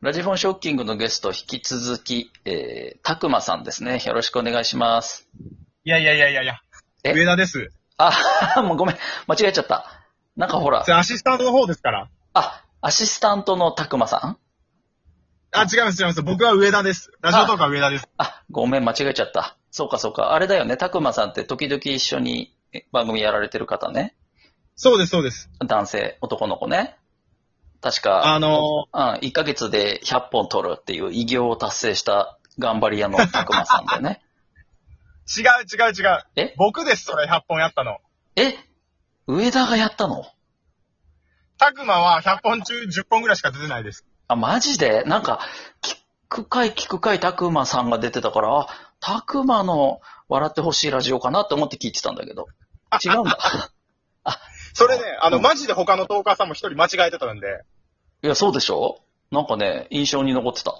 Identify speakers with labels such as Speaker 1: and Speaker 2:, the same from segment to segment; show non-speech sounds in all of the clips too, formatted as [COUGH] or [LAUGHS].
Speaker 1: ラジフォンショッキングのゲスト、引き続き、えー、たくまさんですね。よろしくお願いします。
Speaker 2: いやいやいやいやいや。
Speaker 1: え
Speaker 2: 上田です。
Speaker 1: あ、 [LAUGHS] もうごめん。間違えちゃった。なんかほら
Speaker 2: そ、れアシスタントの方ですから。
Speaker 1: あ、アシスタントのたくまさん
Speaker 2: あ、違います違います。僕は上田です。ラジオトークは上田です。
Speaker 1: あ、ごめん、間違えちゃった。そうかそうか。あれだよね。たくまさんって時々一緒にえ番組やられてる方ね。
Speaker 2: そうですそうです。
Speaker 1: 男性、男の子ね。確か、
Speaker 2: あの
Speaker 1: うん、1ヶ月で100本取るっていう偉業を達成した頑張り屋のたくまさんでね。
Speaker 2: ー、違う違う違う。
Speaker 1: え
Speaker 2: 僕です、それ100本やったの。
Speaker 1: え上田がやったの
Speaker 2: たくまは100本中10本ぐらいしか出てないです。
Speaker 1: あ、マジでなんか、聞く回聞く回、たくまさんが出てたから、あ、たくまの笑ってほしいラジオかなって思って聞いてたんだけど。違うんだ。
Speaker 2: それね、あの、
Speaker 1: うん
Speaker 2: マジで他のトーカーさんも一人間違えてたんで、
Speaker 1: いや、そうでしょなんかね、印象に残ってた。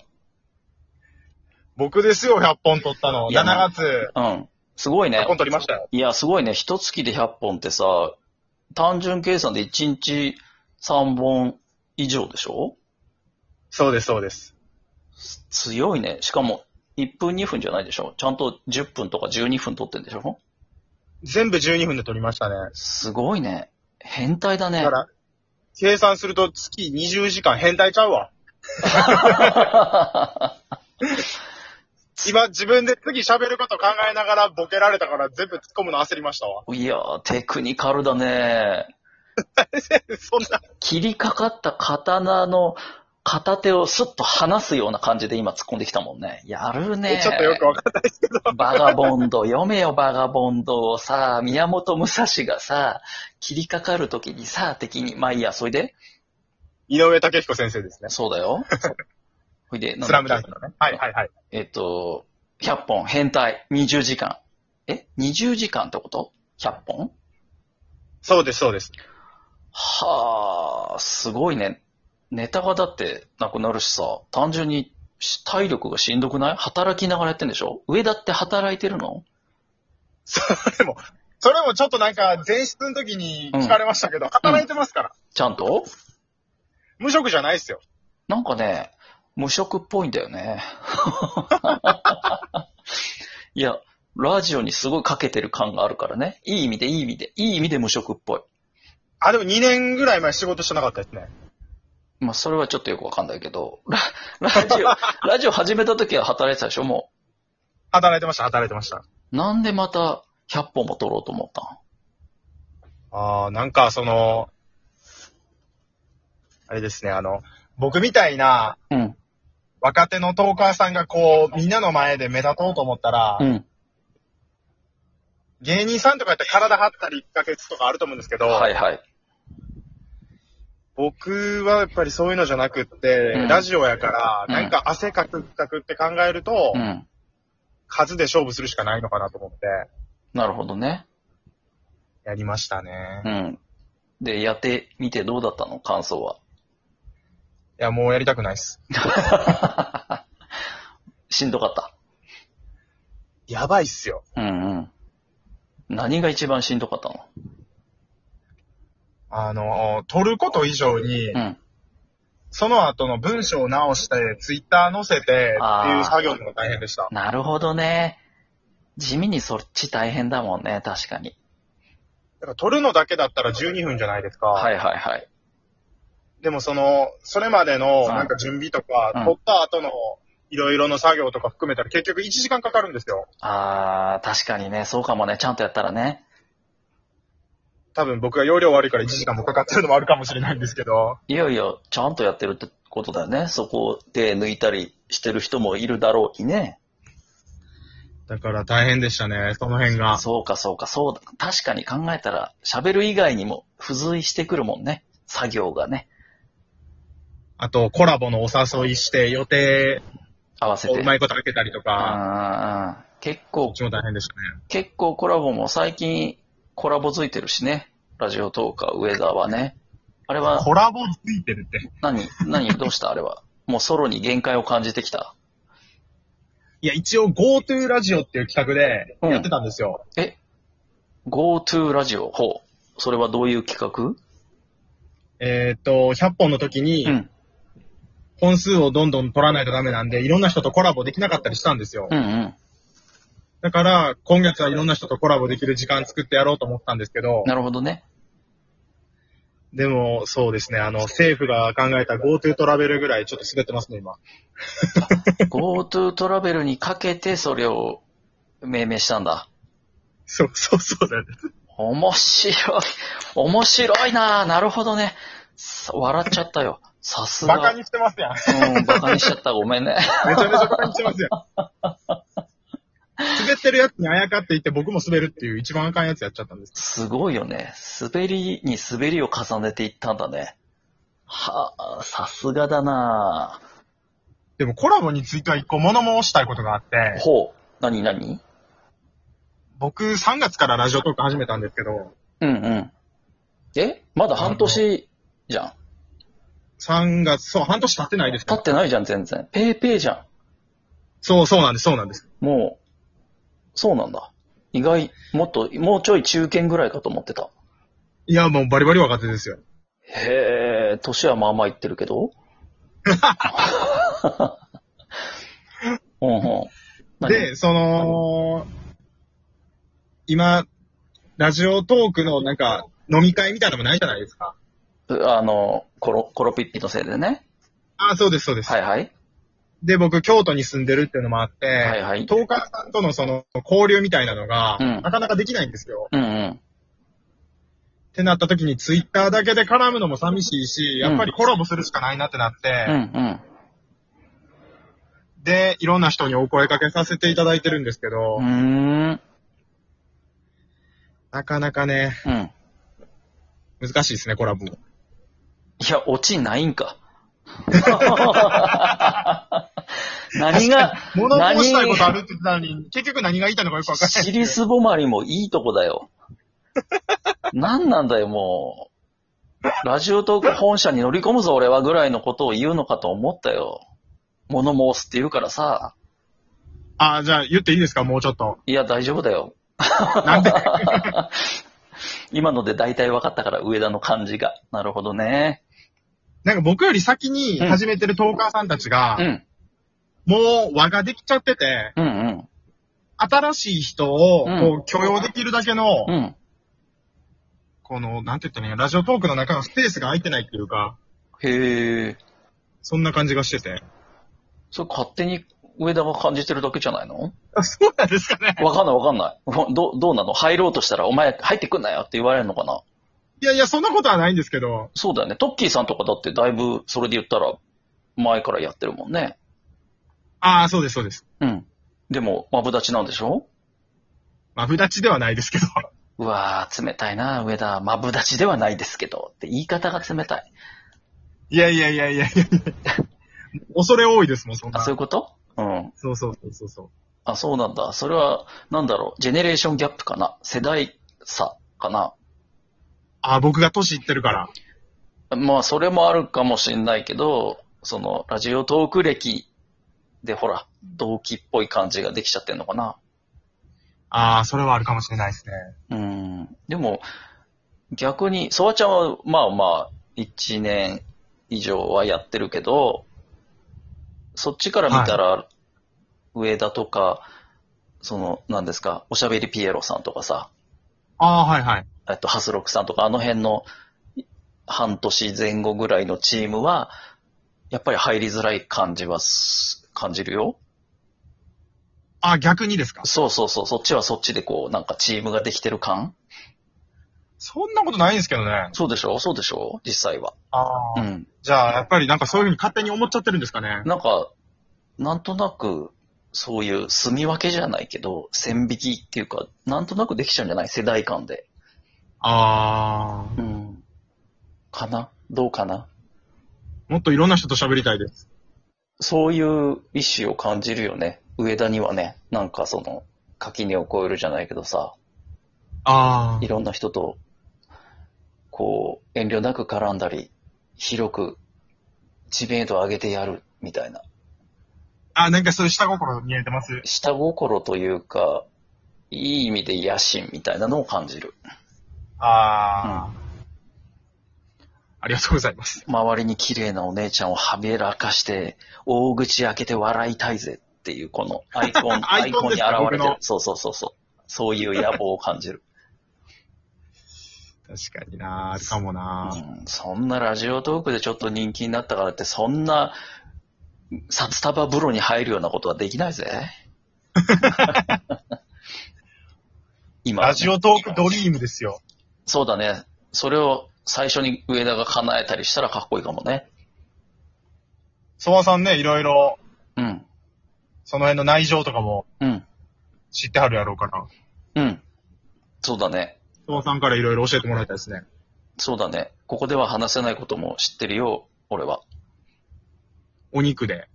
Speaker 2: 僕ですよ、100本撮ったの。
Speaker 1: いや
Speaker 2: 7
Speaker 1: まあ
Speaker 2: 月、
Speaker 1: うん。すごいね
Speaker 2: 100。本撮りましたよ。
Speaker 1: いや、すごいね。一月で100本ってさ、単純計算で1日3本以上でしょ
Speaker 2: そうですそうです。
Speaker 1: 強いね。しかも、1分2分じゃないでしょちゃんと10分とか12分撮ってんでしょ
Speaker 2: 全部12分で撮りましたね。
Speaker 1: すごいね。変態だ
Speaker 2: だ
Speaker 1: ね
Speaker 2: か。ら、計算すると月20時間変態ちゃうわ。今自分で次喋ること考えながらボケられたから全部突っ込むの焦りましたわ。 [LAUGHS]
Speaker 1: いやー、テクニカルだね。
Speaker 2: そんな、
Speaker 1: 切りかかった刀の片手をスッと離すような感じで今突っ込んできたもんね。やるね。
Speaker 2: ちょっとよくわかんない。
Speaker 1: バガボンド、読めよバガボンドをさ、宮本武蔵がさ、切りかかるときにさ、敵に、まあいいや、それで
Speaker 2: 井上武彦先生ですね。
Speaker 1: そうだよ。ほいで、なんだっけ
Speaker 2: スラムダンクのね。はいはいはい。
Speaker 1: えっと、100本、変態、20時間。え ?20 時間ってこと ?100 本
Speaker 2: そうですそうです。
Speaker 1: はあ、すごいね。ネタがだってなくなるしさ、単純にし体力がしんどくない働きながらやってんでしょ上だって働いてるの
Speaker 2: それも、それもちょっとなんか前室の時に聞かれましたけど、働いてますから。
Speaker 1: ちゃんと
Speaker 2: 無職じゃないですよ。
Speaker 1: なんかね、無職っぽいんだよね。 [LAUGHS] いや、ラジオにすごいかけてる感があるからね。いい意味で、いい意味で、いい意味で無職っぽい。
Speaker 2: あ、でも2年ぐらい前仕事してなかったですね。
Speaker 1: まあ、それはちょっとよくわかんないけど、ララジオ、ラジオ始めた時は働いてたでしょも
Speaker 2: 働いてました、働いてました。
Speaker 1: う。なんでまた100本も撮ろうと思ったん
Speaker 2: ああ、なんかその、あれですね、あの、僕みたいな
Speaker 1: うん、
Speaker 2: 若手のトーカーさんがこう、みんなの前で目立とうと思ったら、
Speaker 1: うん。
Speaker 2: 芸人さんとかやって体張ったり1ヶ月とかあると思うんですけど、
Speaker 1: はいはい。
Speaker 2: 僕はやっぱりそういうのじゃなくって、
Speaker 1: うん
Speaker 2: ラジオやから、
Speaker 1: うん
Speaker 2: なんか汗かくかくって考えると、
Speaker 1: うん。
Speaker 2: 数で勝負するしかないのかなと思って、
Speaker 1: なるほどね。
Speaker 2: やりましたね。
Speaker 1: う
Speaker 2: い
Speaker 1: ん。で、やってみてどうだったの感想は。
Speaker 2: や、もうやりたくないっす。
Speaker 1: [LAUGHS] しんどかった。
Speaker 2: やばいっすよ。
Speaker 1: うんうん。何が一番しんどかったの
Speaker 2: あの、撮ること以上に、
Speaker 1: うん。
Speaker 2: その後の文章を直して、ツイッター載せてってい
Speaker 1: あー
Speaker 2: う作業も大変でした。
Speaker 1: なるほどね。地味にそっち大変だもんね。確かに。
Speaker 2: だから撮るのだけだったら12分じゃないですか。
Speaker 1: はいはいはい。
Speaker 2: でもその、それまでの
Speaker 1: うん
Speaker 2: なんか準備と
Speaker 1: うん
Speaker 2: か、撮った後のいろいろの作業とか含めたら結局1時間かかるんですよ。
Speaker 1: あー、確かにね。そうかもね。ちゃんとやったらね。
Speaker 2: 多分僕が容量悪いから1時間もかかってるのもあるかもしれないんですけど。
Speaker 1: いやいや、ちゃんとやってるってことだよね。そこで抜いたりしてる人もいるだろうにね。
Speaker 2: だから大変でしたね、その辺が。
Speaker 1: そうかそうか、そうだ。確かに考えたら、喋る以外にも付随してくるもんね。作業がね。
Speaker 2: あとコラボのお誘いして予定
Speaker 1: 合わせ
Speaker 2: を
Speaker 1: て。
Speaker 2: うまいこと開けたりとか、
Speaker 1: あー結
Speaker 2: こ
Speaker 1: 構
Speaker 2: っ、ちも大変でしたね。
Speaker 1: 結構コラボも最近コラボづいてるしね。ラジオトーカー、上田はね。あれは
Speaker 2: コラボついてるって。
Speaker 1: 何、何、どうしたあれは。もうソロに限界を感じてきた。
Speaker 2: いや、一応 GoTo ラジオっていう企画で
Speaker 1: うん
Speaker 2: やってたんですよ。
Speaker 1: え ?GoTo ラジオ。ほう。それはどういう企画
Speaker 2: えっ、と、100本の時に、
Speaker 1: うん。
Speaker 2: 本数をどんどん取らないとダメなんで、いろんな人とコラボできなかったりしたんですよ。
Speaker 1: うんうん。
Speaker 2: だから、今月はいろんな人とコラボできる時間作ってやろうと思ったんですけど、
Speaker 1: なるほどね。
Speaker 2: でも、そうですね、あの、政府が考えた GoTo トラベルぐらいちょっと滑ってますね、今。
Speaker 1: GoTo トラベルにかけてそれを命名したんだ。
Speaker 2: そう、そう、そうだね。
Speaker 1: 面白い。面白いなぁ。なるほどね。さ笑っちゃったよ。さすが。
Speaker 2: バカにしてますやん。め
Speaker 1: うん、バカにしちゃった。ごめんね。
Speaker 2: ちゃめちゃバカにしてますやん。滑ってるやつにあやかっていって僕も滑るっていう一番あかんやつやっちゃったんです。
Speaker 1: すごいよね。滑りに滑りを重ねていったんだね。はあ、さすがだな
Speaker 2: でもコラボについては一個物申したいことがあって
Speaker 1: ぁ。、ほう。なになに
Speaker 2: 僕3月からラジオトーク始めたんですけど、
Speaker 1: うんうん。えまだ半年じゃん。
Speaker 2: 3月、そう、半年経ってないです
Speaker 1: 経
Speaker 2: か
Speaker 1: ってないじゃん、全然。ペーペーじゃ
Speaker 2: そう、そうなんです、そうなんです。
Speaker 1: ん。もう、そうなんだ。意外、もっと、もうちょい中堅ぐらいかと思ってた。
Speaker 2: いや、もうバリバリ若手ですよ。
Speaker 1: へえ、年はまあまあいってるけ
Speaker 2: [LAUGHS]
Speaker 1: ど。うんうん。何、
Speaker 2: で、その、今、ラジオトークのなんか、飲み会みたいなのもないじゃないですか。
Speaker 1: あの、コロ、コロピッピのせいでね。
Speaker 2: ああ、そうです、そうです。
Speaker 1: はいはい。
Speaker 2: で、僕、京都に住んでるっていうのもあって、
Speaker 1: はいはい
Speaker 2: 東海さんとのその、交流みたいなのが、
Speaker 1: うん
Speaker 2: なかなかできないんですよ。
Speaker 1: うんうん。
Speaker 2: ってなった時に、ツイッターだけで絡むのも寂しいし、やっぱりコラボするしかないなってなって、
Speaker 1: うんうん。
Speaker 2: で、いろんな人にお声かけさせていただいてるんですけど、
Speaker 1: うーん。
Speaker 2: なかなかね、
Speaker 1: うん。
Speaker 2: 難しいですね、コラボも。
Speaker 1: いや、オチないん
Speaker 2: [LAUGHS]
Speaker 1: か。何が、
Speaker 2: 物申したいことあるって言ってたのに、結局何が言いたいのかよくわかんない。
Speaker 1: シリスボマリもいいとこだよ。何なんだよ、もう。ラジオトーク本社に乗り込むぞ、俺は、ぐらいのことを言うのかと思ったよ。物申すって言うからさ。
Speaker 2: あ、じゃあ言っていいですか、もうちょっと。
Speaker 1: いや、大丈夫だよ。
Speaker 2: なんで
Speaker 1: [LAUGHS] 今ので大体分かったから、上田の感じが。なるほどね。
Speaker 2: なんか僕より先に始めてるトーカーさんたちが、
Speaker 1: うん、
Speaker 2: もう輪ができちゃってて、
Speaker 1: うん、うん、
Speaker 2: 新しい人を
Speaker 1: うん
Speaker 2: こう許容できるだけの、
Speaker 1: うん。
Speaker 2: この、なんて言ったらいいのラジオトークの中のスペースが空いてないっていうか、
Speaker 1: へえ。
Speaker 2: そんな感じがしてて。
Speaker 1: それ勝手に上田が感じてるだけじゃないの
Speaker 2: あ、そうなんですかね。
Speaker 1: わかんないわかんないほん。どう、どうなの入ろうとしたら、お前入ってくんなよって言われるのかない
Speaker 2: やいや、そんなことはないんですけど、
Speaker 1: そうだよね。トッキーさんとかだってだいぶそれで言ったら前からやってるもんね。
Speaker 2: ああ、そうです、そうです。
Speaker 1: うん。でも、マブダチなんでしょ
Speaker 2: マブ立ちではないですけど。
Speaker 1: うわー、冷たいな、上田。マブダチではないですけど。って言い方が冷たい。
Speaker 2: いやいやいやいやいやいや恐れ多いですもん、そん
Speaker 1: あ、
Speaker 2: な。
Speaker 1: そう
Speaker 2: そ
Speaker 1: いうことうん。
Speaker 2: うそうそうそうそう。
Speaker 1: あ、そうなんだ。それは、なんだろう。ジェネレーションギャップかな。世代差かな。
Speaker 2: あー僕が年いってるから。
Speaker 1: まあ、それもあるかもしれないけど、その、ラジオトーク歴で、ほら、同期っぽい感じができちゃってんのかな。
Speaker 2: ああ、それはあるかもしれないですね。
Speaker 1: うん。でも、逆に、ソワちゃんは、まあまあ、1年以上はやってるけど、そっちから見たら、上田とか、その、なんですか、おしゃべりピエロさんとかさ、
Speaker 2: ああ、はいはい。
Speaker 1: えっと、ハスロックさんとか、あの辺の半年前後ぐらいのチームは、やっぱり入りづらい感じはす、感じるよ。
Speaker 2: ああ、逆にですか
Speaker 1: そうそうそう、そっちはそっちでこう、なんかチームができてる感
Speaker 2: そんなことないんですけどね。
Speaker 1: そうでしょそうでしょ実際は。
Speaker 2: あ
Speaker 1: う
Speaker 2: あ。
Speaker 1: ん。
Speaker 2: じゃあ、やっぱりなんかそういうふうに勝手に思っちゃってるんですかね。
Speaker 1: なんか、なんとなく、そういう住み分けじゃないけど、線引きっていうか、なんとなくできちゃうんじゃない世代間で。
Speaker 2: ああ。
Speaker 1: うん。かなどうかな
Speaker 2: もっといろんな人と喋りたいです。
Speaker 1: そういう意思を感じるよね。上田にはね、なんかその、垣根を越えるじゃないけどさ、
Speaker 2: あ
Speaker 1: いろんな人と、こう、遠慮なく絡んだり、広く、知名度を上げてやる、みたいな。
Speaker 2: あ。あ、なんかそういう下心見えてます。
Speaker 1: 下心というか、いい意味で野心みたいなのを感じる。
Speaker 2: ああ。あありがとうございます。
Speaker 1: 周りに綺麗なお姉ちゃんをはべらかして、大口開けて笑いたいぜっていう、このアイコン、
Speaker 2: [LAUGHS] ア
Speaker 1: ア
Speaker 2: イ
Speaker 1: イ
Speaker 2: コ
Speaker 1: コ
Speaker 2: ン
Speaker 1: ン
Speaker 2: で
Speaker 1: に
Speaker 2: す
Speaker 1: 現
Speaker 2: か
Speaker 1: れ
Speaker 2: 僕
Speaker 1: て
Speaker 2: の
Speaker 1: る。そうそうそうそう。そういう野望を感じる。
Speaker 2: 確かになあるかもなあ
Speaker 1: うんそんなラジオトークでちょっと人気になったからって、そんな札束風呂に入るようなことはできない
Speaker 2: [LAUGHS]
Speaker 1: ぜ。今、
Speaker 2: ラジオトークドリームですよ。
Speaker 1: そうだね。それを最初に上田が叶えたりしたらかっこいいかもね。
Speaker 2: ソワさんね、いろいろ、
Speaker 1: うん。
Speaker 2: その辺の内情とかも
Speaker 1: うん。
Speaker 2: 知ってはるやろうから。
Speaker 1: うん。そうだね。
Speaker 2: ソワさんからいろいろ教えてもらいたいですね。
Speaker 1: そうだね。ここでは話せないことも知ってるよ、俺は。
Speaker 2: お肉で。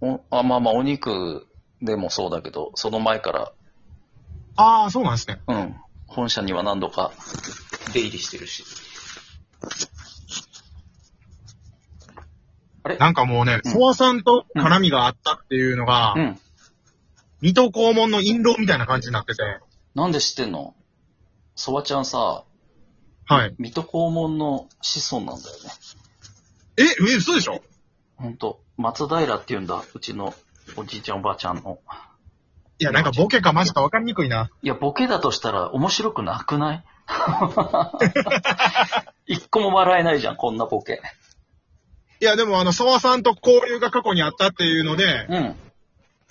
Speaker 1: おあまあまあ、お肉でもそうだけど、その前から、
Speaker 2: ああ、そうなんですね。
Speaker 1: うん。本社には何度か出入りしてるし。
Speaker 2: なんかもうね、
Speaker 1: うん
Speaker 2: ソワさんと絡みがあったっていうのが、
Speaker 1: うん。
Speaker 2: 水戸黄門の印籠みたいな感じになってて、
Speaker 1: なんで知ってんのソワちゃんさ、
Speaker 2: はい。
Speaker 1: 水戸黄門の子孫なんだよね。
Speaker 2: え、え、嘘でしょ
Speaker 1: ほんと、松平って言うんだ、うちのおじいちゃんおばあちゃんの。
Speaker 2: いや、なんかボケかマジか分かりにくいな。
Speaker 1: いや、ボケだとしたら面白くなくない [LAUGHS] 一個も笑えないじゃん、こんなボケ。
Speaker 2: いや、でもあの、ソワさんと交流が過去にあったっていうので、
Speaker 1: うん、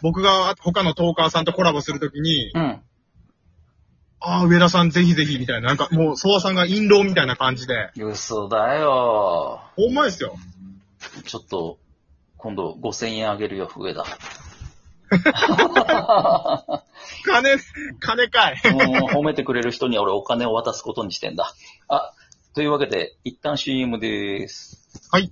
Speaker 2: 僕が他のトーカーさんとコラボするときに、
Speaker 1: うん。
Speaker 2: ああ、上田さんぜひぜひみたいな、なんかもう、ソワさんが印籠みたいな感じで、
Speaker 1: 嘘だよ。
Speaker 2: ほんまですよ。
Speaker 1: ちょっと、今度5000円あげるよ、上田。
Speaker 2: 金、金かい。
Speaker 1: もう褒めてくれる人には俺お金を渡すことにしてんだ。あ、というわけで、一旦 CM です。
Speaker 2: はい。